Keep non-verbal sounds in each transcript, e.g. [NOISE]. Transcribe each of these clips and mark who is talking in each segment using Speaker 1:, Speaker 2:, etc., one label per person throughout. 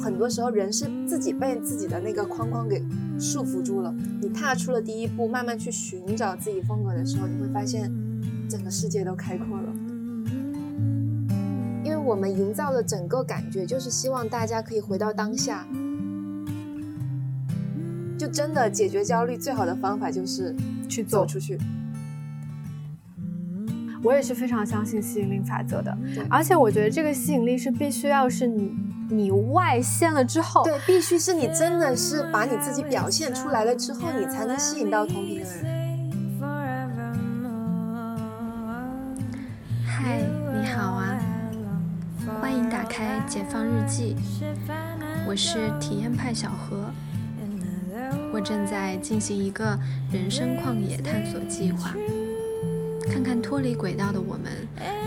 Speaker 1: 很多时候人是自己被自己的那个框框给束缚住了。你踏出了第一步，慢慢去寻找自己风格的时候，你会发现整个世界都开阔了。因为我们营造的整个感觉就是希望大家可以回到当下。就真的解决焦虑最好的方法就是
Speaker 2: 去
Speaker 1: 走
Speaker 2: 做。
Speaker 1: 出去。
Speaker 2: 我也是非常相信吸引力法则的
Speaker 1: 嗯对，
Speaker 2: 而且我觉得这个吸引力是必须要是你你外现了之后，
Speaker 1: 对，必须是你真的是把你自己表现出来了之后，你才能吸引到同频的人。
Speaker 3: 嗨，你好啊！欢迎打开《解放日记》，我是体验派小何，我正在进行一个人生旷野探索计划，看看脱离轨道的我们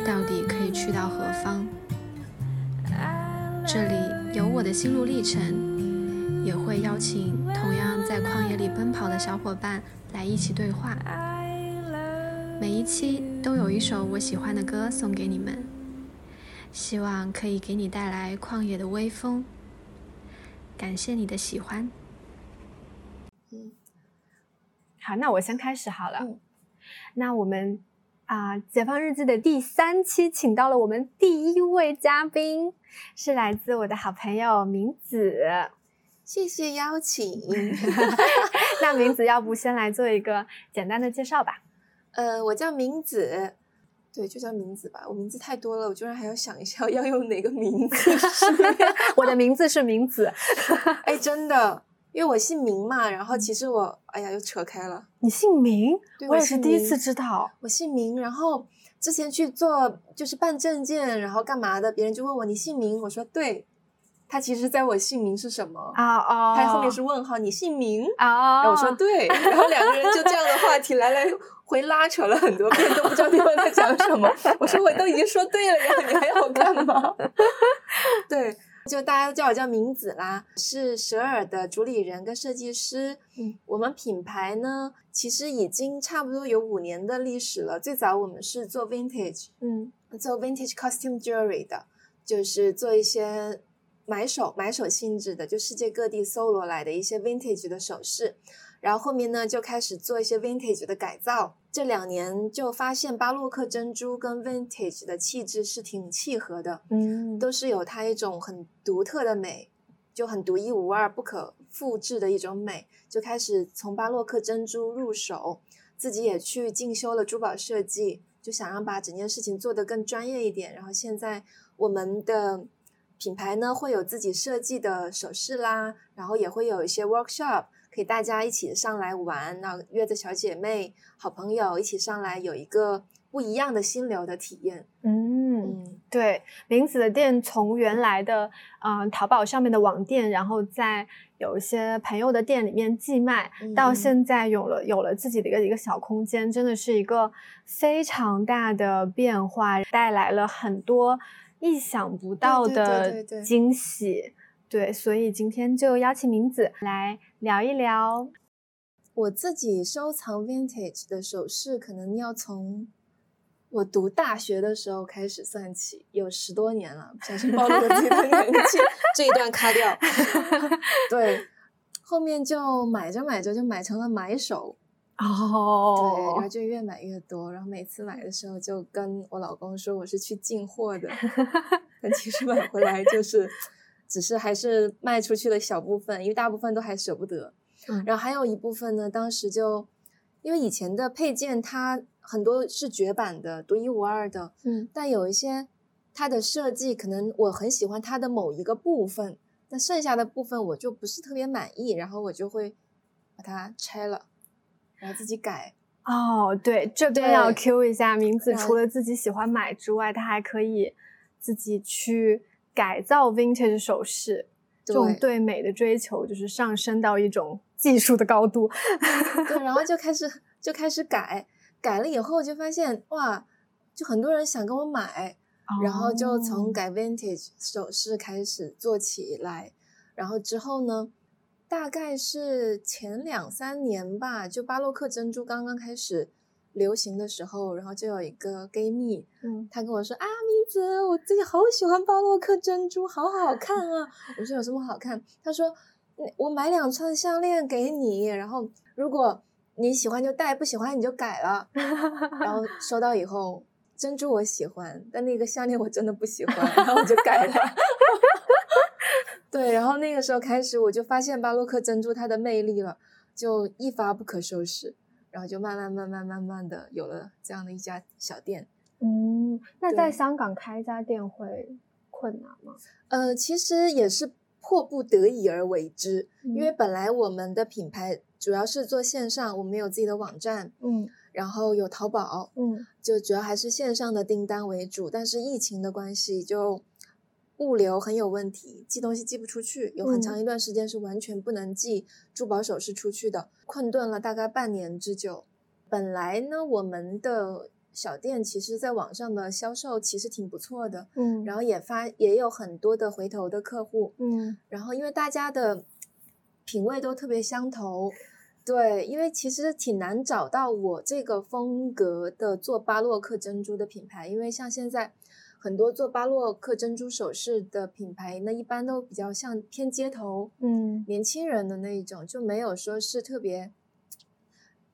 Speaker 3: 到底可以去到何方。这里有我的心路历程，也会邀请同样在旷野里奔跑的小伙伴来一起对话。每一期都有一首我喜欢的歌送给你们，希望可以给你带来旷野的微风。感谢你的喜欢。
Speaker 2: 好，那我先开始好了。
Speaker 1: 嗯
Speaker 2: 那我们啊，解放日记》的第三期，请到了我们第一位嘉宾，是来自我的好朋友明子。
Speaker 1: 谢谢邀 [LAUGHS] 请。
Speaker 2: 那明子，要不先来做一个简单的介绍吧？
Speaker 1: 呃，我叫明子，对，就叫明子吧。我名字太多了，我居然还要想一下要用哪个名 [LAUGHS] 字是。
Speaker 2: 我的名字是明子，
Speaker 1: 哎，真的，因为我姓明嘛。然后其实我，哎呀，又扯开了。
Speaker 2: 你姓明，
Speaker 1: 对
Speaker 2: 我
Speaker 1: 我
Speaker 2: 也是
Speaker 1: 姓
Speaker 2: 第一
Speaker 1: 明
Speaker 2: 次知道。
Speaker 1: 我姓明，然后之前去做就是办证件，然后干嘛的，别人就问我你姓名，我说对。他其实在我姓名是什么？
Speaker 2: 啊哦，
Speaker 1: 他后面是问号，你姓明？
Speaker 2: 啊，
Speaker 1: 然后我说对，然后两个人就这样的话题来来回拉扯了很多遍，都不知道对方在讲什么。我说我都已经说对了，然后你还要我干嘛？ [LAUGHS] 对，就大家都叫我叫明子啦，是首尔的主理人跟设计师。
Speaker 2: 嗯，
Speaker 1: 我们品牌呢，其实已经差不多有五年的历史了。最早我们是做 vintage，
Speaker 2: 嗯
Speaker 1: 做 vintage costume jewelry 的，就是做一些买手买手性质的，就世界各地搜罗来的一些 vintage 的首饰。然后后面呢，就开始做一些 vintage 的改造。这两年就发现巴洛克珍珠跟 vintage 的气质是挺契合的，
Speaker 2: 嗯，
Speaker 1: 都是有它一种很独特的美，就很独一无二、不可复制的一种美，就开始从巴洛克珍珠入手，自己也去进修了珠宝设计，就想让把整件事情做得更专业一点。然后现在我们的品牌呢会有自己设计的首饰啦，然后也会有一些 workshop。可以大家一起上来玩，那约着小姐妹、好朋友一起上来，有一个不一样的心流的体验。
Speaker 2: 嗯。
Speaker 1: 嗯，
Speaker 2: 对，林子的店从原来的嗯、呃淘宝上面的网店，然后在有一些朋友的店里面寄卖，到
Speaker 1: 嗯
Speaker 2: 现在有了有了自己的一个一个小空间，真的是一个非常大的变化，带来了很多意想不到
Speaker 1: 对对
Speaker 2: 的
Speaker 1: 对对
Speaker 2: 惊喜。对，所以今天就邀请明子来聊一聊。
Speaker 1: 我自己收藏 vintage 的首饰，可能要从我读大学的时候开始算起，有十多年了，不小心暴露了自己的年纪， [LAUGHS] 这一段卡掉。 [LAUGHS] 对，后面就买着买着就买成了买手，对，然
Speaker 2: 哦
Speaker 1: 后，就越买越多，然后每次买的时候就跟我老公说我是去进货
Speaker 2: [LAUGHS]
Speaker 1: 的，但其实买回来就是，只是还是卖出去的小部分，因为大部分都还舍不得。
Speaker 2: 嗯
Speaker 1: 然后还有一部分呢，当时就因为以前的配件它很多是绝版的、独一无二的， [LAUGHS]
Speaker 2: 嗯
Speaker 1: 但有一些它的设计可能我很喜欢它的某一个部分，那剩下的部分我就不是特别满意，然后我就会把它拆了，然后自己改。
Speaker 2: 哦，对，这边要
Speaker 1: 对
Speaker 2: Q 一下名字，
Speaker 1: 然后
Speaker 2: 除了自己喜欢买之外，他还可以自己去改造 vintage 首饰，这种对美的追求就是上升到一种技术的高度。
Speaker 1: 对，然后就开始就开始改，改了以后就发现哇，就很多人想跟我买，然后就从
Speaker 2: 哦
Speaker 1: 改 vintage 首饰开始做起来，然后之后呢，大概是前两三年吧，就巴洛克珍珠刚刚开始流行的时候，然后就有一个闺蜜，
Speaker 2: 嗯，
Speaker 1: 她跟我说啊，明子，我最近好喜欢巴洛克珍珠，好好看啊！我说有什么好看？她说嗯我买两串项链给你，然后如果你喜欢就戴，不喜欢你就改了。然后收到以后，珍珠我喜欢，但那个项链我真的不喜欢，然后我就改了。 [LAUGHS] 对，然后那个时候开始，我就发现巴洛克珍珠它的魅力了，就一发不可收拾。然后就慢慢慢慢慢慢的有了这样的一家小店。
Speaker 2: 嗯，那在香港开一家店会困难吗？
Speaker 1: 呃，其实也是迫不得已而为之，
Speaker 2: 嗯
Speaker 1: 因为本来我们的品牌主要是做线上，我们有自己的网站，
Speaker 2: 嗯
Speaker 1: 然后有淘宝，
Speaker 2: 嗯
Speaker 1: 就主要还是线上的订单为主。但是疫情的关系，就物流很有问题，寄东西寄不出去，有很
Speaker 2: 嗯
Speaker 1: 长一段时间是完全不能寄珠宝首饰出去的，困顿了大概半年之久。本来呢，我们的小店其实在网上的销售其实挺不错的，
Speaker 2: 嗯，
Speaker 1: 然
Speaker 2: 后
Speaker 1: 后也发也有很多的回头的客户，
Speaker 2: 嗯
Speaker 1: 然后因为大家的品味都特别相投，对，因为其实挺难找到我这个风格的做巴洛克珍珠的品牌，因为像现在很多做巴洛克珍珠首饰的品牌，那一般都比较像偏街头
Speaker 2: 嗯
Speaker 1: 年轻人的那一种，就没有说是特别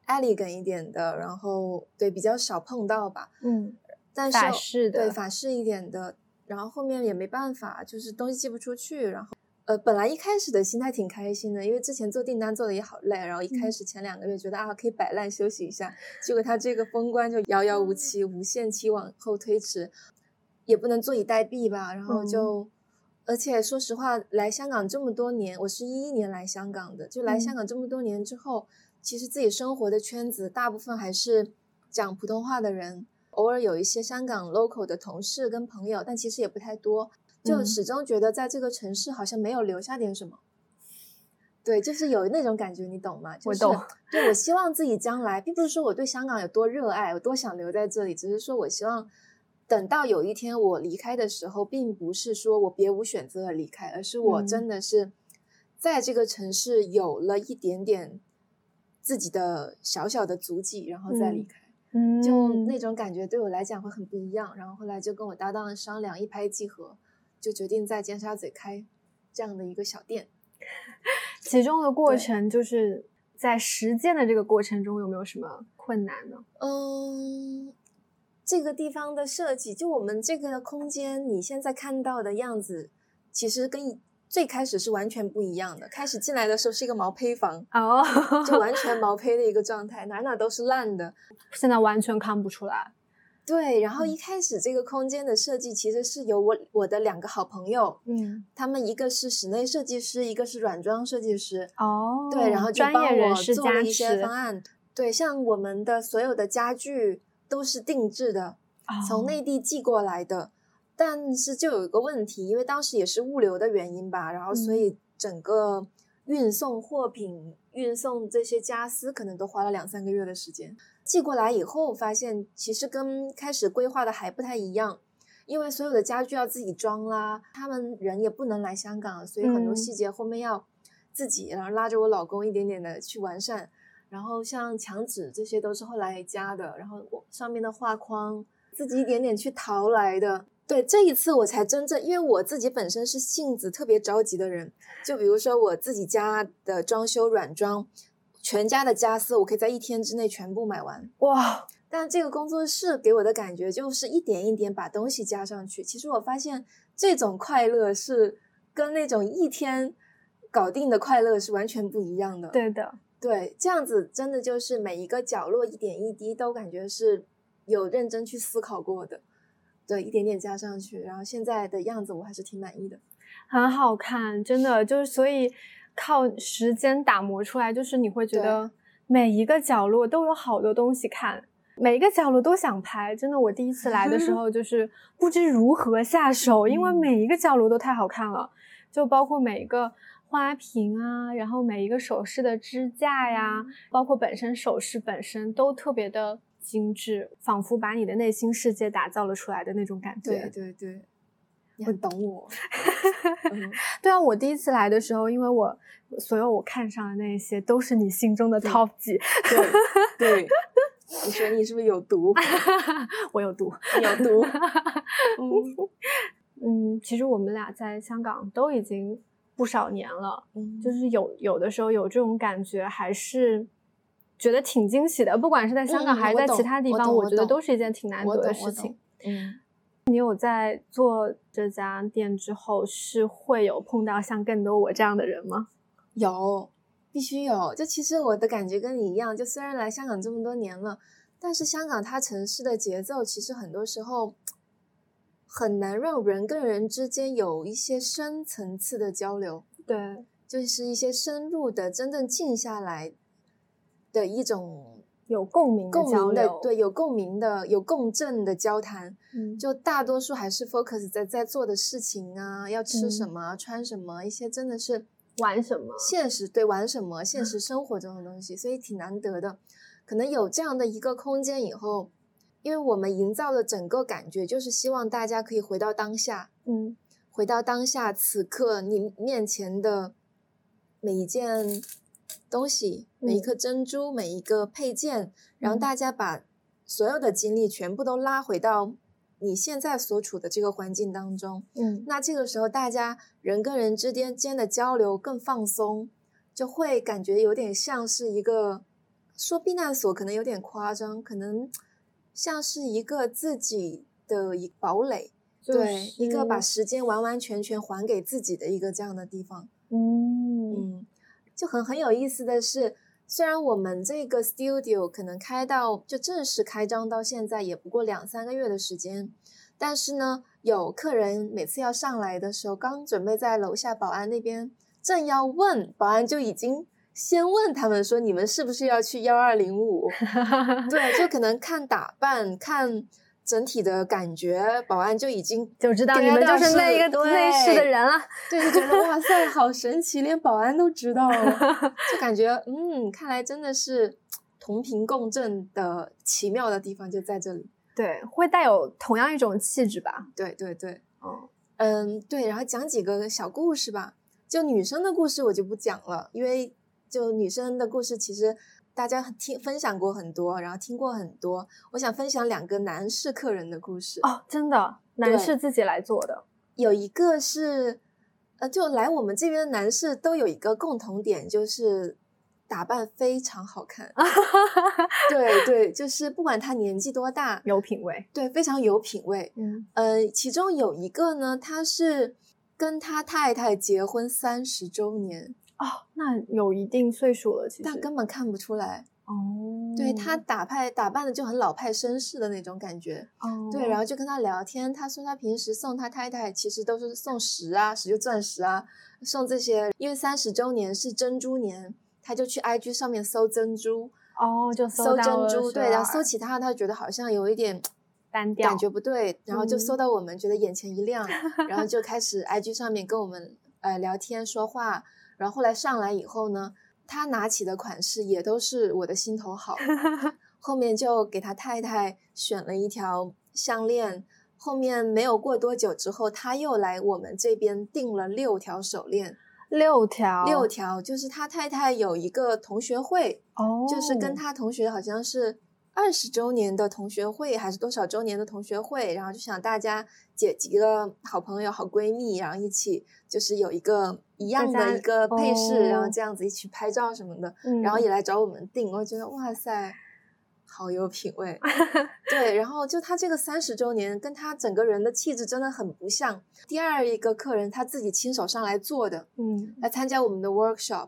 Speaker 1: elegant 一点的，然后对比较少碰到吧，
Speaker 2: 嗯，
Speaker 1: 但是
Speaker 2: 法式的
Speaker 1: 对法式一点的，然后后面也没办法，就是东西寄不出去，然后呃，本来一开始的心态挺开心的，因为之前做订单做的也好累，然后一开
Speaker 2: 嗯
Speaker 1: 始前两个月觉得、啊可以摆烂休息一下，结果他这个封关就遥遥无期，无限期往后推迟，也不能坐以待毙吧，然
Speaker 2: 嗯
Speaker 1: 后就。而且说实话，来香港这么多年，我是一一年来香港的，就来
Speaker 2: 嗯
Speaker 1: 香港这么多年之后，其实自己生活的圈子大部分还是讲普通话的人，偶尔有一些香港 local 的同事跟朋友，但其实也不太多，就
Speaker 2: 嗯
Speaker 1: 始终觉得在这个城市好像没有留下点什么。对，就是有那种感觉，你懂 [LAUGHS] 吗？就
Speaker 2: 我
Speaker 1: 是
Speaker 2: 懂。
Speaker 1: 对，我希望自己将来，并不是说我对香港有多热爱，我多想留在这里，只是说我希望等到有一天我离开的时候，并不是说我别无选择而离开，而是我
Speaker 2: 嗯
Speaker 1: 真的是在这个城市有了一点点自己的小小的足迹，然后再离
Speaker 2: 嗯
Speaker 1: 开。
Speaker 2: 嗯
Speaker 1: 就那种感觉对我来讲会很不一样。然后后来就跟我搭档商量，一拍即合，就决定在尖沙咀开这样的一个小店。
Speaker 2: 其中的过
Speaker 1: 对
Speaker 2: 程就是在实践的这个过程中有没有什么困难呢？
Speaker 1: 嗯，这个地方的设计，就我们这个空间，你现在看到的样子，其实跟一最开始是完全不一样的。开始进来的时候是一个毛坯房，
Speaker 2: 哦，
Speaker 1: 就完
Speaker 2: [LAUGHS]
Speaker 1: 全毛坯的一个状态，哪哪都是烂的。
Speaker 2: 现在完全看不出来。
Speaker 1: 对，然
Speaker 2: 嗯
Speaker 1: 后一开始这个空间的设计其实是由我我的两个好朋友，
Speaker 2: 嗯，
Speaker 1: 他们一个是室内设计师，一个是软装设计师。
Speaker 2: 哦，
Speaker 1: 对，然后就
Speaker 2: 专
Speaker 1: 帮
Speaker 2: 业
Speaker 1: 我
Speaker 2: 人士
Speaker 1: 做了
Speaker 2: 加
Speaker 1: 一些
Speaker 2: 持，
Speaker 1: 方案。对，像我们的所有的家具都是定制的，从
Speaker 2: 哦
Speaker 1: 内地寄过来的。但是就有一个问题，因为当时也是物流的原因吧，然后所
Speaker 2: 嗯
Speaker 1: 以整个运送货品、运送这些家私，可能都花了两三个月的时间。寄过来以后，发现其实跟开始规划的还不太一样，因为所有的家具要自己装啦，他们人也不能来香港，所以很多
Speaker 2: 嗯
Speaker 1: 细节后面要自己，然后拉着我老公一点点的去完善。然后像墙纸这些都是后来加的，然后我上面的画框自己一点点去淘来的。对，这一次我才真正，因为我自己本身是性子特别着急的人，就比如说我自己家的装修软装，全家的家私，我可以在一天之内全部买完。
Speaker 2: 哇，
Speaker 1: 但这个工作室给我的感觉就是一点一点把东西加上去。其实我发现这种快乐是跟那种一天搞定的快乐是完全不一样的。
Speaker 2: 对的，
Speaker 1: 对，这样子真的就是每一个角落一点一滴都感觉是有认真去思考过的，对，一点点加上去，然后现在的样子我还是挺满意的。
Speaker 2: 很好看，真的就是所以靠时间打磨出来，就是你会觉
Speaker 1: 对
Speaker 2: 得每一个角落都有好多东西看。每一个角落都想拍，真的。我第一次来的
Speaker 1: [LAUGHS]
Speaker 2: 时候就是不知如何下手，因为
Speaker 1: 嗯
Speaker 2: 每一个角落都太好看了，就包括每一个花瓶啊，然后每一个首饰的支架呀、
Speaker 1: 嗯
Speaker 2: 包括本身首饰本身都特别的精致，仿佛把你的内心世界打造了出来的那种感觉。
Speaker 1: 对对对，你很懂
Speaker 2: [LAUGHS]
Speaker 1: 我。嗯
Speaker 2: 对啊，我第一次来的时候，因为我所有我看上的那些都是你心中的 top 级，
Speaker 1: 对对，你说你是不是有毒？
Speaker 2: 我有毒，
Speaker 1: 有毒。
Speaker 2: [LAUGHS] 嗯，其实我们俩在香港都已经不少年了，
Speaker 1: 嗯，
Speaker 2: 就是是有有的时候有这种感觉，还是觉得挺惊喜的。不管是在香港
Speaker 1: 嗯
Speaker 2: 还是
Speaker 1: 我
Speaker 2: 在
Speaker 1: 懂
Speaker 2: 其他地
Speaker 1: 我
Speaker 2: 方，
Speaker 1: 懂
Speaker 2: 我
Speaker 1: 我
Speaker 2: 觉得
Speaker 1: 懂
Speaker 2: 都是一件挺难
Speaker 1: 嗯我
Speaker 2: 得的
Speaker 1: 懂
Speaker 2: 事
Speaker 1: 我
Speaker 2: 情
Speaker 1: 懂。嗯，
Speaker 2: 你有在做这家店之后，是会有碰到像更多我这样的人吗？
Speaker 1: 有，必须有。就其实我的感觉跟你一样，就虽然来香港这么多年了，但是香港它城市的节奏，其实很多时候很难让人跟人之间有一些深层次的交流，
Speaker 2: 对，
Speaker 1: 就是一些深入的、真正静下来的一种
Speaker 2: 有共鸣的
Speaker 1: 共
Speaker 2: 交
Speaker 1: 鸣的
Speaker 2: 流，，
Speaker 1: 对，有共鸣的、有共振的交谈。
Speaker 2: 嗯，
Speaker 1: 就大多数还是 focus 在在做的事情啊，要吃什
Speaker 2: 嗯
Speaker 1: 么、穿什么，一些真的是
Speaker 2: 玩什么
Speaker 1: 现实对玩什么现实生活中的东西，所以挺难得的。可能有这样的一个空间以后，因为我们营造的整个感觉就是希望大家可以回到当下，
Speaker 2: 嗯
Speaker 1: 回到当下此刻你面前的每一件东西，每一
Speaker 2: 嗯
Speaker 1: 颗珍珠，每一个配件，然后
Speaker 2: 嗯
Speaker 1: 大家把所有的精力全部都拉回到你现在所处的这个环境当中。
Speaker 2: 嗯
Speaker 1: 那这个时候，大家人跟人之间间的交流更放松，就会感觉有点像是一个说避难所，可能有点夸张，可能像是一个自己的一堡垒。对，一个把
Speaker 2: 就是
Speaker 1: 时间完完全全还给自己的一个这样的地方。
Speaker 2: 嗯
Speaker 1: 嗯，就很很有意思的是，虽然我们这个 studio 可能开到就正式开张到现在也不过两三个月的时间，但是呢，有客人每次要上来的时候，刚准备在楼下保安那边正要问，保安就已经先问他们说：“你们是不是要去幺二零五？”对，就可能看打扮，看整体的感觉，保安就已经
Speaker 2: 就知道你
Speaker 1: get
Speaker 2: 们
Speaker 1: 到
Speaker 2: 就是那个
Speaker 1: 对
Speaker 2: 内饰的人了。
Speaker 1: 对，就觉得哇塞，好神奇，连保安都知道了，就感觉嗯，看来真的是同频共振的奇妙的地方就在这里。
Speaker 2: 对，会带有同样一种气质吧。
Speaker 1: 对对对，
Speaker 2: 嗯
Speaker 1: 嗯对，然后讲几个小故事吧。就女生的故事我就不讲了，因为就女生的故事其实大家听分享过很多，然后听过很多。我想分享两个男士客人的故事。
Speaker 2: 哦，真的，男
Speaker 1: 对
Speaker 2: 士自己来做的。
Speaker 1: 有一个是，呃，就来我们这边的男士都有一个共同点，就是打扮非常好看。对对，就是不管他年纪多大，
Speaker 2: 有品味，
Speaker 1: 对，非常有品味。
Speaker 2: 嗯，
Speaker 1: 呃，其中有一个呢，他是跟他太太结婚三十周年，
Speaker 2: 哦，那有一定岁数了，其实，
Speaker 1: 但根本看不出来。
Speaker 2: 哦，
Speaker 1: 对他打扮打扮的就很老派绅士的那种感觉。
Speaker 2: 哦，
Speaker 1: 对，然后就跟他聊天，他说他平时送他太太其实都是送石啊，石就钻石啊，送这些，因为三十周年是珍珠年，他就去 IG 上面搜珍珠，
Speaker 2: 哦，就
Speaker 1: 搜
Speaker 2: 到
Speaker 1: 珍
Speaker 2: 了
Speaker 1: 珠，对，然后搜
Speaker 2: 12
Speaker 1: 其他的，他觉得好像有一点
Speaker 2: 单调，
Speaker 1: 感觉不对，然后就搜
Speaker 2: 嗯
Speaker 1: 到我们，觉得眼前一亮，然后就开始 IG 上面跟我们呃聊天说话，然后后来上来以后呢，他拿起的款式也都是我的心头好，后面就给他太太选了一条项链。后面没有过多久之后，他又来我们这边订了六条手链，
Speaker 2: 六条，
Speaker 1: 六条就是他太太有一个同学会，
Speaker 2: 哦，
Speaker 1: 就是跟他同学好像是二十周年的同学会，还是多少周年的同学会，然后就想大家姐几个好朋友、好闺蜜，然后一起就是有一个一样
Speaker 2: 大家
Speaker 1: 的一个配饰，然后
Speaker 2: 哦
Speaker 1: 这样子一起拍照什么的，
Speaker 2: 嗯，
Speaker 1: 然后也来找我们订，我觉得哇塞。好有品
Speaker 2: [LAUGHS]
Speaker 1: 味，对，然后就他这个三十周年，跟他整个人的气质真的很不像。第二一个客人他自己亲手上来做的，
Speaker 2: 嗯，
Speaker 1: 来参加我们的 workshop。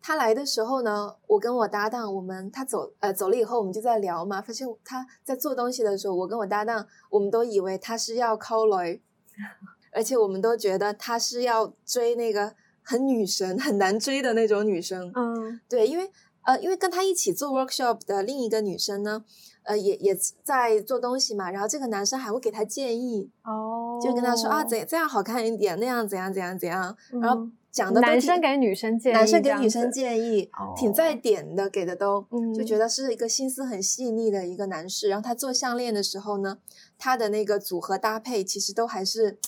Speaker 1: 他来的时候呢，我跟我搭档，我们他走呃走了以后，我们就在聊嘛，发现他在做东西的时候，我跟我搭档，我们都以为他是要 call
Speaker 2: [LAUGHS]
Speaker 1: 雷，而且我们都觉得他是要追那个很女神很难追的那种女生。
Speaker 2: 嗯，
Speaker 1: 对，因为呃，因为跟他一起做 workshop 的另一个女生呢，呃，也也在做东西嘛，然后这个男生还会给他建议，
Speaker 2: 哦，
Speaker 1: 就跟他说、啊，怎这样好看一点，那样怎样怎样怎样，
Speaker 2: 嗯，
Speaker 1: 然后讲的都
Speaker 2: 男
Speaker 1: 挺
Speaker 2: 生给女生建议，
Speaker 1: 男生给女生，建议，挺在
Speaker 2: 哦
Speaker 1: 点的，给的都，
Speaker 2: 嗯，
Speaker 1: 就觉得是一个心思很细腻的一个男士。然后他做项链的时候呢，他的那个组合搭配其实都还是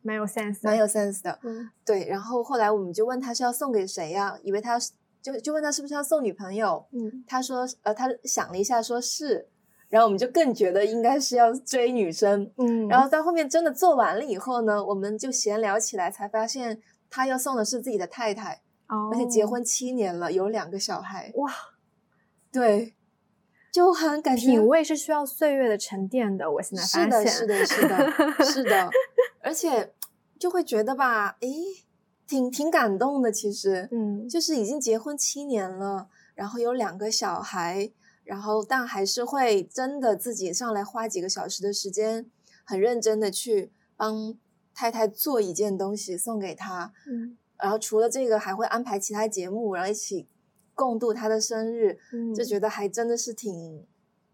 Speaker 2: 蛮有 sense，的
Speaker 1: 蛮有，sense 的。
Speaker 2: 嗯
Speaker 1: 对，然后后来我们就问他是要送给谁呀、以为他就就问他是不是要送女朋友，
Speaker 2: 嗯，
Speaker 1: 他说呃，他想了一下说是，然后我们就更觉得应该是要追女生，
Speaker 2: 嗯
Speaker 1: 然后到后面真的做完了以后呢，我们就闲聊起来，才发现他要送的是自己的太太，
Speaker 2: 哦
Speaker 1: 而且结婚七年了，有两个小孩，
Speaker 2: 哇，
Speaker 1: 对，就很感觉
Speaker 2: 品味是需要岁月的沉淀的，我现在
Speaker 1: 是
Speaker 2: 发
Speaker 1: 的，
Speaker 2: 现，
Speaker 1: 是的，是的，是的，而且就会觉得吧，诶，挺挺感动的，其实，
Speaker 2: 嗯，
Speaker 1: 就是已经结婚七年了，然后有两个小孩，然后但还是会真的自己上来花几个小时的时间，很认真的去帮太太做一件东西送给她。
Speaker 2: 嗯
Speaker 1: 然后除了这个，还会安排其他节目，然后一起共度她的生日，
Speaker 2: 嗯
Speaker 1: 就觉得还真的是挺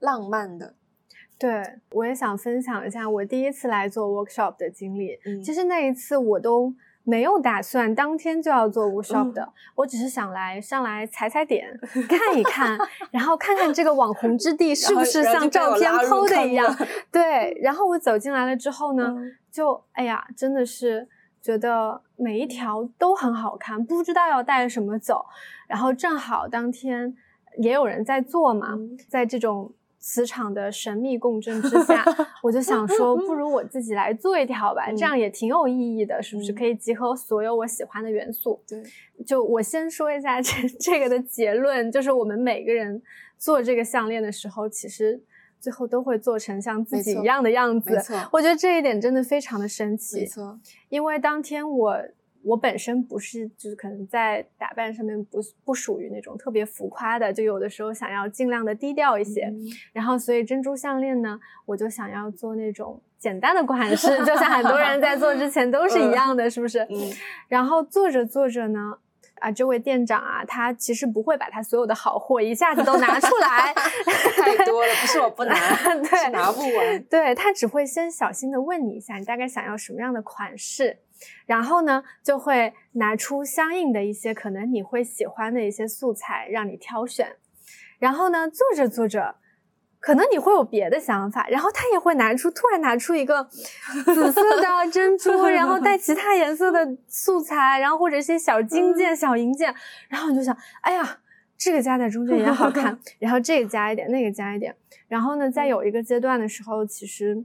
Speaker 1: 浪漫的。
Speaker 2: 对，我也想分享一下我第一次来做 workshop 的经历。
Speaker 1: 嗯
Speaker 2: 其实那一次我都没有打算当天就要做 workshop
Speaker 1: 嗯
Speaker 2: 的，我只是想来上来踩踩点，看一看，然后看看这个网红之地
Speaker 1: [LAUGHS]
Speaker 2: 是
Speaker 1: 然
Speaker 2: 不
Speaker 1: 后
Speaker 2: 是
Speaker 1: 然后就
Speaker 2: 像
Speaker 1: 被
Speaker 2: 照
Speaker 1: 我
Speaker 2: 片
Speaker 1: 拉入
Speaker 2: 剖的
Speaker 1: 坑
Speaker 2: 一样
Speaker 1: 了。
Speaker 2: 对，然后我走进来了之后呢，
Speaker 1: 嗯
Speaker 2: 就哎呀，真的是觉得每一条都很好看，不知道要带什么走。然后正好当天也有人在做嘛，
Speaker 1: 嗯
Speaker 2: 在这种磁场的神秘共振之
Speaker 1: [LAUGHS]
Speaker 2: 下，我就想说，不如我自己来做一条吧，
Speaker 1: 嗯
Speaker 2: 这样也挺有意义的，是不是？
Speaker 1: 嗯
Speaker 2: 可以集合所有我喜欢的元素。
Speaker 1: [LAUGHS] 对，
Speaker 2: 就我先说一下 [LAUGHS] 这这个的结论，就是我们每个人做这个项链的时候，其实最后都会做成像自
Speaker 1: 没
Speaker 2: 己
Speaker 1: 错
Speaker 2: 一样的样
Speaker 1: 没
Speaker 2: 子。
Speaker 1: 错，
Speaker 2: 我觉得这一点真的非常的神奇
Speaker 1: 没，错，
Speaker 2: 因为当天我我本身不是就是可能在打扮上面不不属于那种特别浮夸的，就有的时候想要尽量的低调一些，
Speaker 1: 嗯
Speaker 2: 然后所以珍珠项链呢，我就想要做那种简单的款式，就像很多人在做之前都是一样的，是不是？
Speaker 1: 嗯
Speaker 2: 然后做着做着呢。啊，这位店长啊，他其实不会把他所有的好货一下子都拿出
Speaker 1: [LAUGHS]
Speaker 2: 来，，
Speaker 1: 太多了，不是我不拿
Speaker 2: [LAUGHS] 对
Speaker 1: 是拿不完。
Speaker 2: 对他只会先小心的问你一下，你大概想要什么样的款式，然后呢就会拿出相应的一些可能你会喜欢的一些素材让你挑选，然后呢做着做着。可能你会有别的想法，然后他也会拿出突然拿出一个紫色的珍珠，然后带其他颜色的素材，然后或者一些小金件、小银件，然后你就想，哎呀，这个加在中间也好看， [LAUGHS] 然后这个加一点，那个加一点，然后
Speaker 1: 嗯
Speaker 2: 呢，在有一个阶段的时候，其实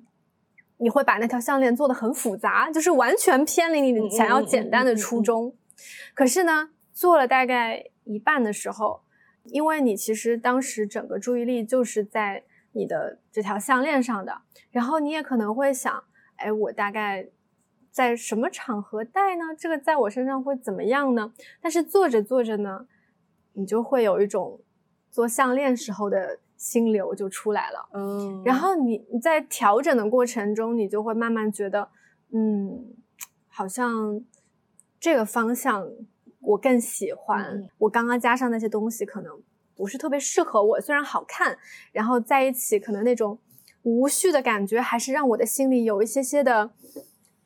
Speaker 2: 你会把那条项链做得很复杂，就是完全偏离你
Speaker 1: 嗯
Speaker 2: 想要简单
Speaker 1: 嗯
Speaker 2: 的
Speaker 1: 嗯嗯
Speaker 2: 初
Speaker 1: 嗯
Speaker 2: 衷。可是呢，做了大概一半的时候，因为你其实当时整个注意力就是在你的这条项链上的，然后你也可能会想，哎，我大概在什么场合戴呢？这个在我身上会怎么样呢？但是做着做着呢，你就会有一种做项链时候的心流就出来了。
Speaker 1: 嗯
Speaker 2: 然后你你在调整的过程中，你就会慢慢觉得，嗯，好像这个方向我更喜欢。
Speaker 1: 嗯嗯
Speaker 2: 我刚刚加上那些东西，可能不是特别适合我。虽然好看，然后在一起，可能那种无序的感觉，还是让我的心里有一些些的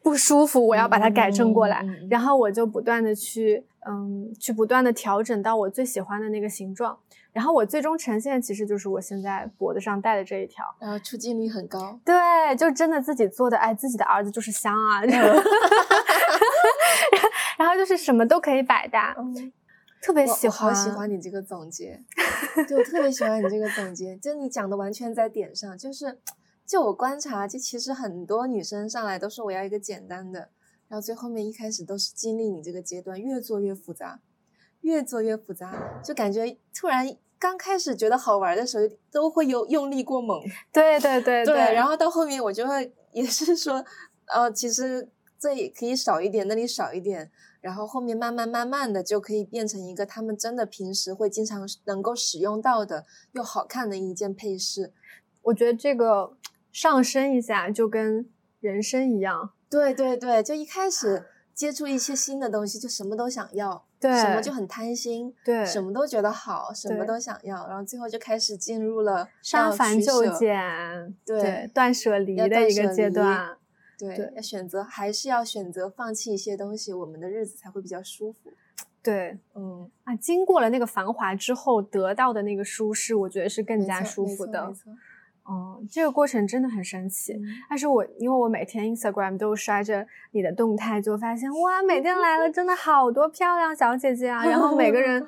Speaker 2: 不舒服。我要把它改正过来。
Speaker 1: 嗯嗯嗯嗯嗯
Speaker 2: 然后我就不断的去，嗯，去不断的调整到我最喜欢的那个形状。然后我最终呈现其实就是我现在脖子上戴的这一条。
Speaker 1: 然后出镜率很高，
Speaker 2: 对，就真的自己做的，哎，自己的儿子就是香啊，
Speaker 1: 嗯
Speaker 2: [LAUGHS] 然后就是什么都可以百搭，
Speaker 1: 嗯，
Speaker 2: 特别
Speaker 1: 我
Speaker 2: 喜
Speaker 1: 我好
Speaker 2: 欢，
Speaker 1: 喜欢你这个总
Speaker 2: [LAUGHS]
Speaker 1: 结，就我特别喜欢你这个总结，就你讲的完全在点上，就是就我观察，就其实很多女生上来都说我要一个简单的，然后最后面一开始都是经历你这个阶段，越做越复杂，越做越复杂，就感觉突然刚开始觉得好玩的时候，都会有用力过猛。
Speaker 2: 对对对
Speaker 1: 对，然
Speaker 2: 后
Speaker 1: 后到后面我就会也是说，呃，其实这里可以少一点，那里少一点，然后后面慢慢慢慢的就可以变成一个他们真的平时会经常能够使用到的又好看的一件配饰。
Speaker 2: 我觉得这个上升一下就跟人生一样，
Speaker 1: 对对对，就一开始接触一些新的东西，就什么都想要，
Speaker 2: 对，
Speaker 1: 什么就很贪心。
Speaker 2: 对
Speaker 1: 什么都觉得好，什么
Speaker 2: 对
Speaker 1: 都想要，然后最后就开始进入了
Speaker 2: 删
Speaker 1: 要
Speaker 2: 繁
Speaker 1: 取
Speaker 2: 就
Speaker 1: 舍
Speaker 2: 简，
Speaker 1: 对
Speaker 2: 断舍离
Speaker 1: 要
Speaker 2: 的
Speaker 1: 断
Speaker 2: 一个
Speaker 1: 舍
Speaker 2: 阶
Speaker 1: 离
Speaker 2: 段，
Speaker 1: 对，
Speaker 2: 对
Speaker 1: 要选择还是要选择放弃一些东西，我们的日子才会比较舒服。
Speaker 2: 对
Speaker 1: 嗯，
Speaker 2: 啊，经过了那个繁华之后得到的那个舒适，我觉得是更
Speaker 1: 没
Speaker 2: 加
Speaker 1: 错
Speaker 2: 舒
Speaker 1: 没
Speaker 2: 服
Speaker 1: 错
Speaker 2: 的
Speaker 1: 没。错
Speaker 2: 哦，这个过程真的很神奇。
Speaker 1: 嗯
Speaker 2: 但是我因为我每天 Instagram 都刷着你的
Speaker 1: [LAUGHS]
Speaker 2: 动态，就发现哇，每天来了真的好多漂亮小姐姐啊，然后每个人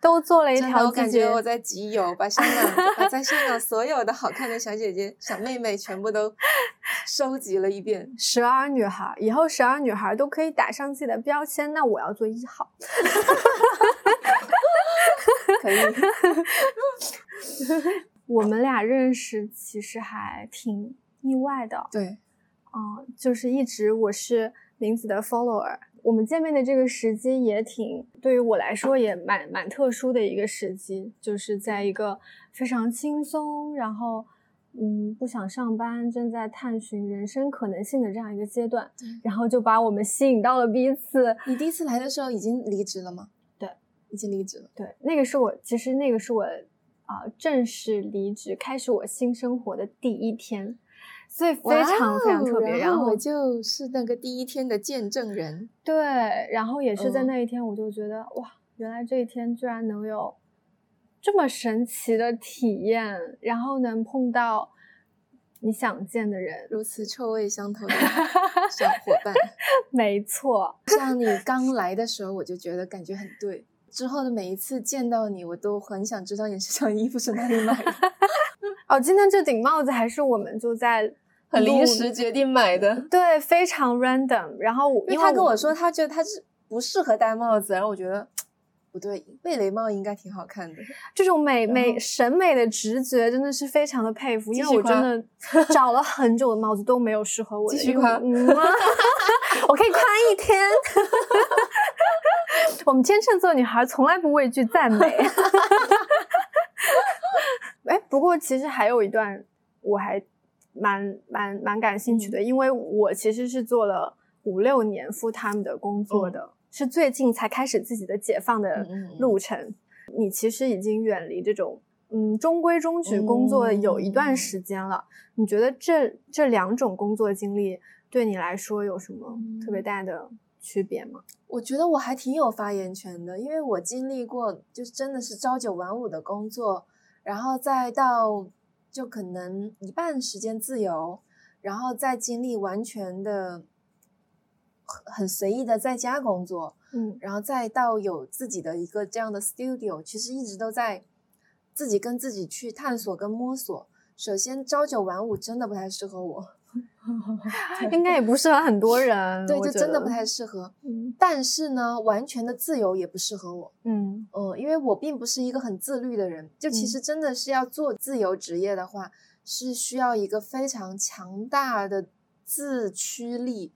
Speaker 2: 都做了一
Speaker 1: 真的，
Speaker 2: 条
Speaker 1: 我
Speaker 2: 自
Speaker 1: 感
Speaker 2: 己
Speaker 1: 觉我在集邮，把香港把在香港所有的好看的小姐姐、小妹妹全部都收集了一遍。
Speaker 2: 十二女孩，以后十二女孩都可以打上自己的标签，那我要做一号。
Speaker 1: 可以，
Speaker 2: [LAUGHS] 我们俩认识其实还挺意外的，
Speaker 1: 对，
Speaker 2: 嗯、就是一直我是林子的 follower，我们见面的这个时机也挺，对于我来说也蛮蛮特殊的一个时机，就是在一个非常轻松，然后嗯不想上班，正在探寻人生可能性的这样一个阶段
Speaker 1: 对，
Speaker 2: 然后就把我们吸引到了彼此。
Speaker 1: 你第一次来的时候已经离职了吗？
Speaker 2: 对，
Speaker 1: 已经离职了。
Speaker 2: 对，那个是我其实那个是我啊、正式离职开始我新生活的第一天，所以非常非
Speaker 1: 哇
Speaker 2: 常
Speaker 1: 哦
Speaker 2: 特别。
Speaker 1: 然
Speaker 2: 然后
Speaker 1: 我就是那个第一天的见证人，
Speaker 2: 对，然后也是在
Speaker 1: 嗯
Speaker 2: 那一天，我就觉得、哇，原来这一天居然能有这么神奇的体验，然后能碰到你想见的人。
Speaker 1: [LAUGHS] 如此臭味相
Speaker 2: [LAUGHS]
Speaker 1: 投的小伙伴。
Speaker 2: 没错，
Speaker 1: 像你刚来的时候，我就觉得感觉很对。之后的每一次见到你，我都很想知道你身上衣服是哪里买 [LAUGHS] 的，
Speaker 2: 哦，今天这顶帽子还是我们就在
Speaker 1: 很临
Speaker 2: 录
Speaker 1: 时决定买的。
Speaker 2: 对，非常 random。然后我
Speaker 1: 因为他跟我说，他觉得他是不适合戴帽子，然后我觉得不对，贝雷帽应该挺好看的。
Speaker 2: 这种美
Speaker 1: 然
Speaker 2: 美
Speaker 1: 后
Speaker 2: 审美的直觉真的是非常的佩服，
Speaker 1: 继
Speaker 2: 因为
Speaker 1: 续
Speaker 2: 我真
Speaker 1: 夸
Speaker 2: 的找了很久 [LAUGHS] 的帽子都没有适合我的。
Speaker 1: 继续
Speaker 2: 因为
Speaker 1: 夸
Speaker 2: 嗯 [LAUGHS] 我可以夸一天。 [LAUGHS] 我们天秤座女孩从来不畏惧赞美。 [LAUGHS] 哎，不过其实还有一段我还蛮蛮蛮感兴
Speaker 1: 嗯
Speaker 2: 趣的，因为我其实是做了五六年 full time 的工作的，是最近才开始自己的解放的
Speaker 1: 嗯嗯嗯
Speaker 2: 路程。你其实已经远离这种嗯中规中矩工作有一
Speaker 1: 哦
Speaker 2: 段时间了，你觉得这这两种工作经历对你来说有什么特
Speaker 1: 嗯
Speaker 2: 别大的区别吗？
Speaker 1: 我觉得我还挺有发言权的，因为我经历过就是真的是朝九晚五的工作，然后再到就可能一半时间自由，然后再经历完全的很很随意的在家工作，
Speaker 2: 嗯
Speaker 1: 然后再到有自己的一个这样的 studio，其实一直都在自己跟自己去探索跟摸索。首先，朝九晚五真的不太适合我，
Speaker 2: 应该也不适合很多
Speaker 1: [LAUGHS]
Speaker 2: 人，
Speaker 1: 对，
Speaker 2: 嗯我
Speaker 1: 就
Speaker 2: 觉
Speaker 1: 真的
Speaker 2: 得
Speaker 1: 不太适合。
Speaker 2: 嗯
Speaker 1: 但是呢，完全的自由也不适合我，
Speaker 2: 嗯
Speaker 1: 嗯，因为我并不是一个很自律的人。就其
Speaker 2: 嗯
Speaker 1: 实真的是要做自由职业的话，是需要一个非常强大的自驱力，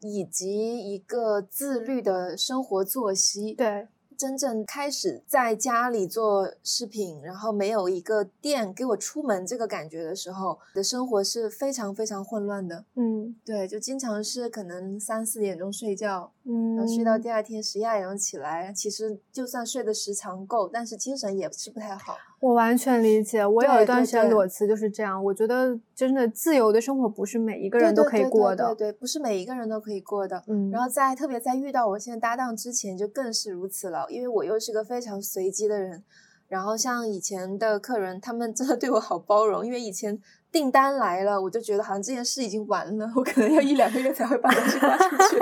Speaker 1: 以及一个自律的生活作息。
Speaker 2: 对
Speaker 1: 真正开始在家里做视频，然后没有一个店给我出门这个感觉的时候，我的生活是非常非常混乱的。
Speaker 2: 嗯
Speaker 1: 对，就经常是可能三四点钟睡觉，然
Speaker 2: 嗯
Speaker 1: 后睡到第二天十一二点钟起来。其实就算睡的时长够，但是精神也是不太好。
Speaker 2: 我完全理解，我有
Speaker 1: 对
Speaker 2: 一段
Speaker 1: 对
Speaker 2: 时间
Speaker 1: 对
Speaker 2: 裸辞就是这样。我觉得真的自由的生活不是每一个人
Speaker 1: 对
Speaker 2: 都
Speaker 1: 对
Speaker 2: 可以
Speaker 1: 对
Speaker 2: 过
Speaker 1: 对
Speaker 2: 的。
Speaker 1: 对对，不是每一个人都可以过的。
Speaker 2: 嗯，
Speaker 1: 然后在特别在遇到我现在搭档之前，就更是如此了，因为我又是个非常随机的人。然后像以前的客人，他们真的对我好包容，因为以前订单来了，我就觉得好像这件事已经完了，我可能要一两个月才会把东西发出
Speaker 2: [LAUGHS]
Speaker 1: 去，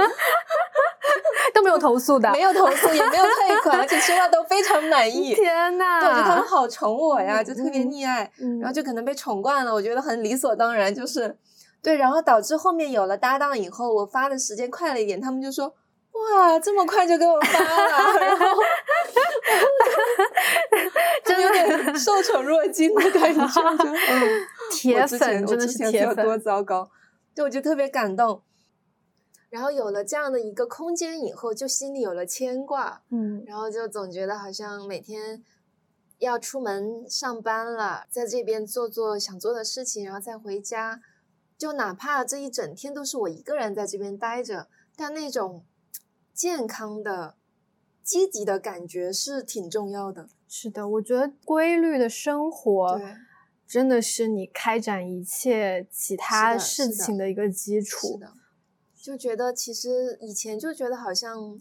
Speaker 2: 都没有投诉的。
Speaker 1: 没有投诉，也没有退款，而且收到都非常满意。对，
Speaker 2: [LAUGHS] 天
Speaker 1: 我
Speaker 2: 呐，
Speaker 1: 觉得他们好宠我呀，
Speaker 2: 嗯
Speaker 1: 就特别
Speaker 2: 嗯
Speaker 1: 溺爱。
Speaker 2: 嗯，
Speaker 1: 然后就可能被宠惯了，我觉得很理所当然，就是对，然后导致后面有了搭档以后，我发的时间快了一点，他们就说哇，这么快就给我发了，然
Speaker 2: [LAUGHS]
Speaker 1: 后真有点受宠若惊的感觉，就嗯，
Speaker 2: 铁
Speaker 1: 我之前
Speaker 2: 粉真的
Speaker 1: 我之
Speaker 2: 是
Speaker 1: 前
Speaker 2: 铁
Speaker 1: 有多
Speaker 2: 粉，
Speaker 1: 糟糕，对，我就特别感动。然后有了这样的一个空间以后，就心里有了牵挂，
Speaker 2: 嗯，
Speaker 1: 然后就总觉得好像每天要出门上班了，在这边做做想做的事情，然后再回家，就哪怕这一整天都是我一个人在这边待着，但那种健康的、积极的感觉是挺重要的。
Speaker 2: 是的，我觉得规律的生活
Speaker 1: 对
Speaker 2: 真的是你开展一切其他
Speaker 1: 的
Speaker 2: 事
Speaker 1: 是的
Speaker 2: 情的一个基
Speaker 1: 是
Speaker 2: 础。
Speaker 1: 的，就觉得其实以前就觉得好像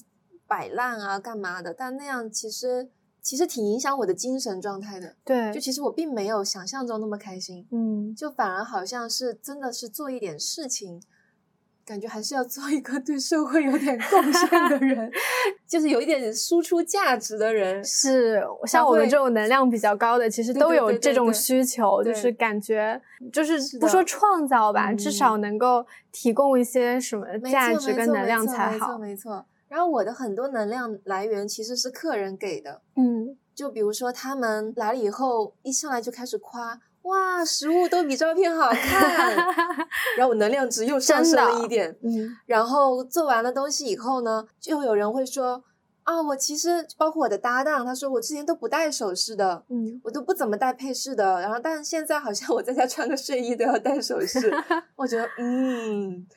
Speaker 1: 摆烂啊、干嘛的，但那样其实其实挺影响我的精神状态的。
Speaker 2: 对
Speaker 1: 就，其实我并没有想象中那么开心。
Speaker 2: 嗯，
Speaker 1: 就反而好像是真的是做一点事情，感觉还是要做一个对社会有点贡献的
Speaker 2: [LAUGHS]
Speaker 1: 人，就是有一点输出价值的人。
Speaker 2: 是像我们这种能量比较高的，其实都有这种需求，
Speaker 1: 对对对
Speaker 2: 就是感觉就是
Speaker 1: 是
Speaker 2: 不
Speaker 1: 的
Speaker 2: 说创造吧，
Speaker 1: 嗯
Speaker 2: 至少能够提供一些什么
Speaker 1: 没错
Speaker 2: [LAUGHS] 价值跟能量才
Speaker 1: 没错，没错，
Speaker 2: 好。
Speaker 1: 没错。然后我的很多能量来源其实是客人给的， [LAUGHS]
Speaker 2: 嗯，
Speaker 1: 就比如说他们来了以后，一上来就开始夸，哇，食物都比照片好
Speaker 2: [LAUGHS]
Speaker 1: 看，然后我能量值又上升
Speaker 2: 真
Speaker 1: 了
Speaker 2: 的
Speaker 1: 一点。
Speaker 2: 嗯，
Speaker 1: 然后做完了东西以后呢，就有人会说啊，我其实包括我的搭档，他说我之前都不戴首饰的，
Speaker 2: 嗯，
Speaker 1: 我都不怎么戴配饰的，然后但是现在好像我在家穿个睡衣都要戴首
Speaker 2: [LAUGHS]
Speaker 1: 饰，我觉得嗯，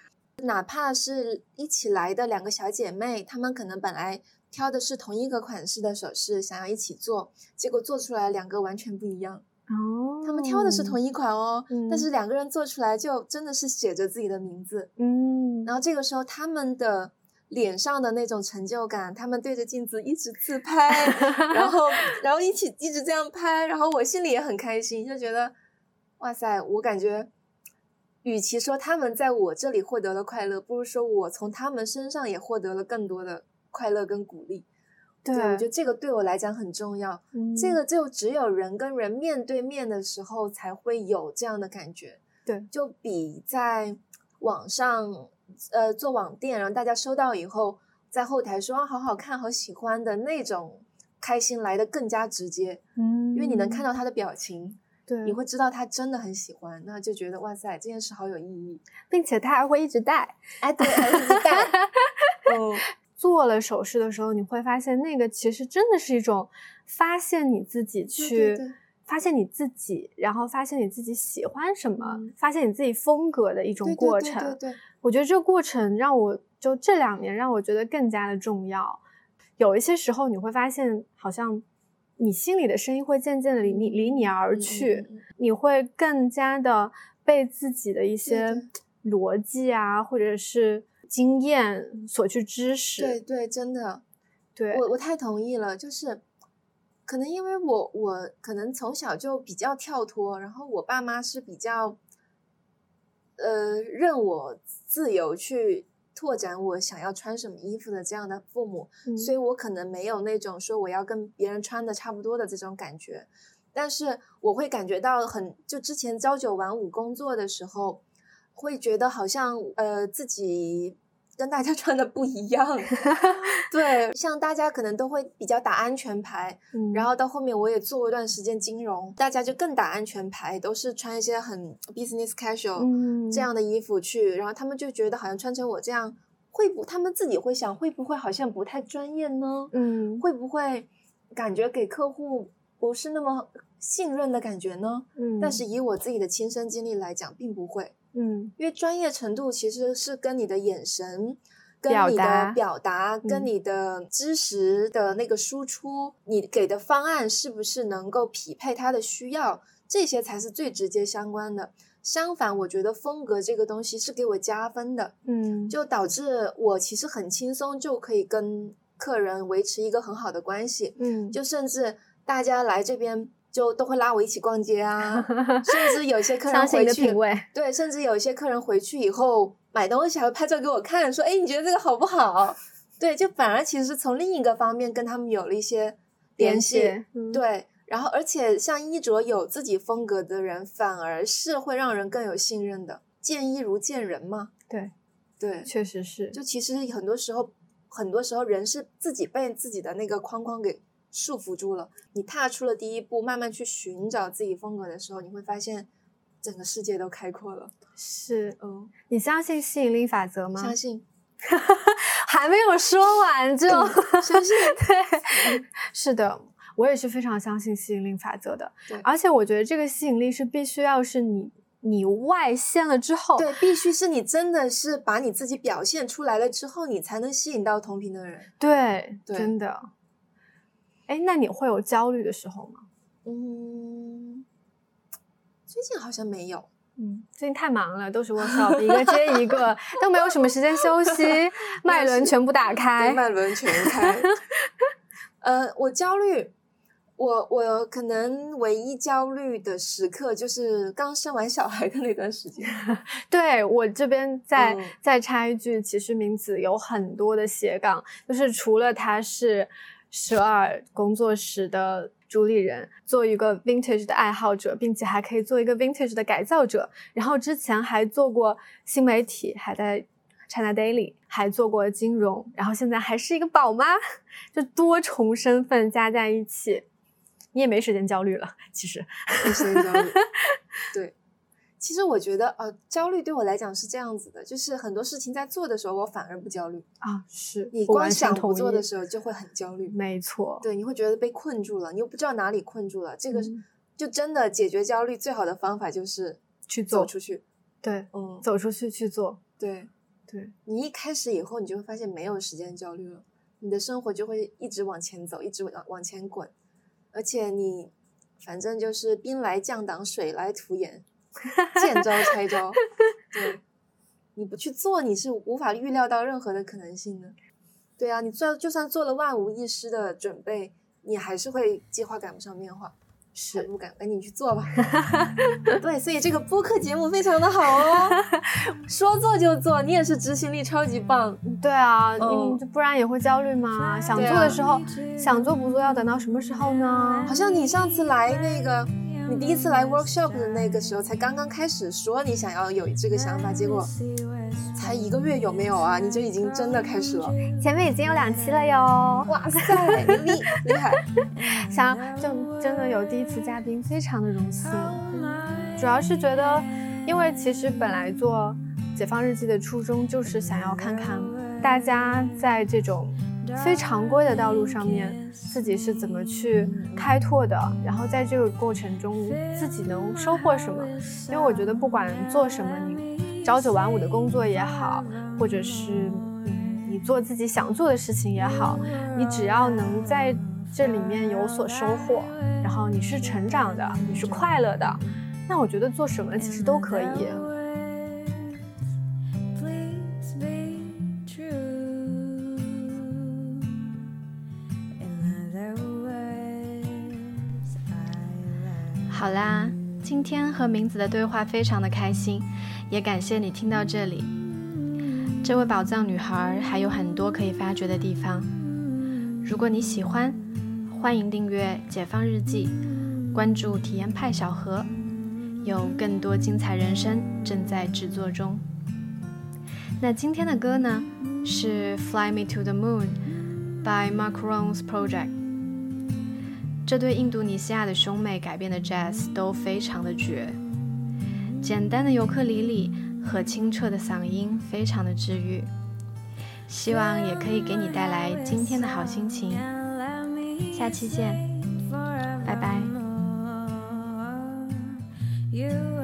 Speaker 1: 哪怕是一起来的两个小姐妹，她们可能本来挑的是同一个款式的首饰，想要一起做，结果做出来两个完全不一样，
Speaker 2: 哦，
Speaker 1: 她们挑的是同一款哦，
Speaker 2: 嗯
Speaker 1: 但是两个人做出来就真的是写着自己的名字，
Speaker 2: 嗯，
Speaker 1: 然后这个时候，他们的脸上的那种成就感，他们对着镜子一直自拍，然后然后一起一直这样拍，然后我心里也很开心，就觉得哇塞，我感觉，与其说他们在我这里获得了快乐，不如说我从他们身上也获得了更多的快乐跟鼓励。
Speaker 2: 对，
Speaker 1: 我觉得这个对我来讲很重要。
Speaker 2: 嗯
Speaker 1: 这个就只有人跟人面对面的时候才会有这样的感觉。
Speaker 2: 对
Speaker 1: 就比在网上呃做网店，然后大家收到以后，在后台说啊好好看、好喜欢的那种开心来的更加直接，
Speaker 2: 嗯，
Speaker 1: 因为你能看到他的表情，
Speaker 2: 对，
Speaker 1: 你会知道他真的很喜欢，那就觉得哇塞，这件事好有意义。
Speaker 2: 并且它还会一直戴。
Speaker 1: 哎，对，还有鸡蛋，嗯，
Speaker 2: 做了首饰的时候，你会发现那个其实真的是一种发现你自己
Speaker 1: 对
Speaker 2: 去
Speaker 1: 对
Speaker 2: 发现你自己，然后发现你自己喜欢什么，
Speaker 1: 嗯
Speaker 2: 发现你自己风格的一
Speaker 1: 对
Speaker 2: 种过程。
Speaker 1: 对对对对，
Speaker 2: 我觉得这个过程让我就这两年让我觉得更加的重要。有一些时候你会发现，好像你心里的声音会渐渐的离你离你而
Speaker 1: 嗯嗯
Speaker 2: 去。
Speaker 1: 嗯嗯
Speaker 2: 你会更加的被自己的一
Speaker 1: 对
Speaker 2: 些逻辑啊，或者是经验所去支持。
Speaker 1: 对对，真的。
Speaker 2: 对
Speaker 1: 我我太同意了，就是可能因为我我可能从小就比较跳脱，然后我爸妈是比较呃任我自由去拓展我想要穿什么衣服的这样的父母，
Speaker 2: 嗯
Speaker 1: 所以我可能没有那种说我要跟别人穿的差不多的这种感觉，但是我会感觉到很，就之前朝九晚五工作的时候，会觉得好像呃自己跟大家 [LAUGHS] 穿的不一样，对，像大家可能都会比较打安全牌，
Speaker 2: 嗯
Speaker 1: 然后到后面我也做过一段时间金融，大家就更打安全牌，都是穿一些很 business casual，
Speaker 2: 嗯
Speaker 1: 这样的衣服去，然后他们就觉得好像穿成我这样，会不他们自己会想会不会好像不太专业呢？
Speaker 2: 嗯
Speaker 1: 会不会感觉给客户不是那么信任的感觉呢？
Speaker 2: 嗯，
Speaker 1: 但是以我自己的亲身经历来讲，并不会，
Speaker 2: 嗯
Speaker 1: 因为专业程度其实是跟你的眼神。跟
Speaker 2: 表
Speaker 1: 你
Speaker 2: 达
Speaker 1: 的表达，
Speaker 2: 嗯
Speaker 1: 跟你的知识的那个输出，你给的方案是不是能够匹配他的需要，这些才是最直接相关的。相反，我觉得风格这个东西是给我加分的，
Speaker 2: 嗯
Speaker 1: 就导致我其实很轻松就可以跟客人维持一个很好的关系，
Speaker 2: 嗯
Speaker 1: 就甚至大家来这边就都会拉我一起逛街啊，
Speaker 2: [LAUGHS]
Speaker 1: 甚至有些客人
Speaker 2: 相信你
Speaker 1: 回
Speaker 2: 的
Speaker 1: 去
Speaker 2: 品，味，
Speaker 1: 对，甚至有一些客人回去以后买东西还会拍照给我看，说：“哎，你觉得这个好不好？” [LAUGHS] 对，就反而其实从另一个方面跟他们有了一些联系，
Speaker 2: 解，嗯，
Speaker 1: 对，然后而且像衣着有自己风格的人，反而是会让人更有信任的。见衣如见人嘛。
Speaker 2: 对
Speaker 1: 对，
Speaker 2: 确实是，
Speaker 1: 就其实很多时候，很多时候人是自己被自己的那个框框给束缚住了。你踏出了第一步，慢慢去寻找自己风格的时候，你会发现整个世界都开阔了。
Speaker 2: 是
Speaker 1: 嗯，
Speaker 2: 你相信吸引力法则吗？
Speaker 1: 相信，
Speaker 2: [LAUGHS] 还没有说完就
Speaker 1: [LAUGHS] 相信，
Speaker 2: 对，
Speaker 1: 嗯
Speaker 2: [LAUGHS] 是的，我也是非常相信吸引力法则的
Speaker 1: 对。
Speaker 2: 而且我觉得这个吸引力是必须要是你你外现了之后，
Speaker 1: 对，必须是你真的是把你自己表现出来了之后，你才能吸引到同频的人。
Speaker 2: 对
Speaker 1: 对
Speaker 2: 真的。哎，那你会有焦虑的时候吗？
Speaker 1: 嗯，最近好像没有。
Speaker 2: 嗯，最近太忙了，都是 workshop，一个接一个，都没有什么时间休息，脉轮全部打
Speaker 1: 对
Speaker 2: 开。
Speaker 1: [LAUGHS] 脉轮全开。呃，我焦虑，我我可能唯一焦虑的时刻就是刚生完小孩的那段时间。
Speaker 2: 对我这边再、
Speaker 1: 嗯
Speaker 2: 再插一句，其实名字有很多的斜杠，就是除了他是十二工作室的主理人，做一个 vintage 的爱好者，并且还可以做一个 vintage 的改造者，然后之前还做过新媒体，还在 China Daily，还做过金融，然后现在还是一个宝妈，就多重身份加在一起，你也没时间焦虑了，其实。
Speaker 1: 没时间焦虑。对，其实我觉得，呃，焦虑对我来讲是这样子的，就是很多事情在做的时候，我反而不焦虑。
Speaker 2: 啊，是
Speaker 1: 你
Speaker 2: 我
Speaker 1: 光
Speaker 2: 完全
Speaker 1: 想
Speaker 2: 同
Speaker 1: 不做的
Speaker 2: 意
Speaker 1: 时候，就会很焦虑。
Speaker 2: 没错，
Speaker 1: 对，你会觉得被困住了，你又不知道哪里困住了。这个是、
Speaker 2: 嗯
Speaker 1: 就真的解决焦虑最好的方法就是
Speaker 2: 去
Speaker 1: 走
Speaker 2: 做，
Speaker 1: 出去。
Speaker 2: 对，
Speaker 1: 嗯，
Speaker 2: 走出去去做，
Speaker 1: 对
Speaker 2: 对，
Speaker 1: 你一开始以后，你就会发现没有时间焦虑了，你的生活就会一直往前走，一直往往前滚，而且你反正就是兵来将挡，水来土掩，见招拆招，对，你不去做，你是无法预料到任何的可能性的。对啊，你做就算做了万无一失的准备，你还是会计划赶不上变化。还
Speaker 2: 是
Speaker 1: 不敢赶紧去做吧。 [LAUGHS] 对，所以这个播客节目非常的好哦，说做就做，你也是执行力超级棒。
Speaker 2: 对啊，
Speaker 1: 嗯
Speaker 2: 嗯，就不然也会焦虑嘛。想
Speaker 1: 对
Speaker 2: 做
Speaker 1: 啊
Speaker 2: 的时候，想做不做，要等到什么时候呢
Speaker 1: 好？像你上次来那个，你第一次来 workshop 的那个时候，才刚刚开始说你想要有这个想法，结果才一个月有没有啊？你就已经真的开始了，
Speaker 2: 前面已经有两期了哟，
Speaker 1: 哇塞，牛逼，厉害！
Speaker 2: 想就真的有第一次嘉宾，非常的荣幸。主要是觉得，因为其实本来做《解放日记》的初衷就是想要看看大家在这种非常规的道路上面，自己是怎么去开拓的，然后在这个过程中自己能收获什么。因为我觉得不管做什么，你朝九晚五的工作也好，或者是嗯你做自己想做的事情也好，你只要能在这里面有所收获，然后你是成长的，你是快乐的，那我觉得做什么其实都可以。
Speaker 4: Please be true. In other words, I love.
Speaker 3: 好啦，今天和明子的对话非常的开心，也感谢你听到这里。这位宝藏女孩还有很多可以发掘的地方。如果你喜欢，欢迎订阅《解放日记》，关注体验派小何，有更多精彩人生正在制作中。那今天的歌呢，是《Fly Me to the Moon》by Mark Ron's Project。这对印度尼西亚的兄妹改编的 jazz 都非常的绝，简单的尤克里里和清澈的嗓音非常的治愈，希望也可以给你带来今天的好心情。下期见，拜拜。
Speaker 4: You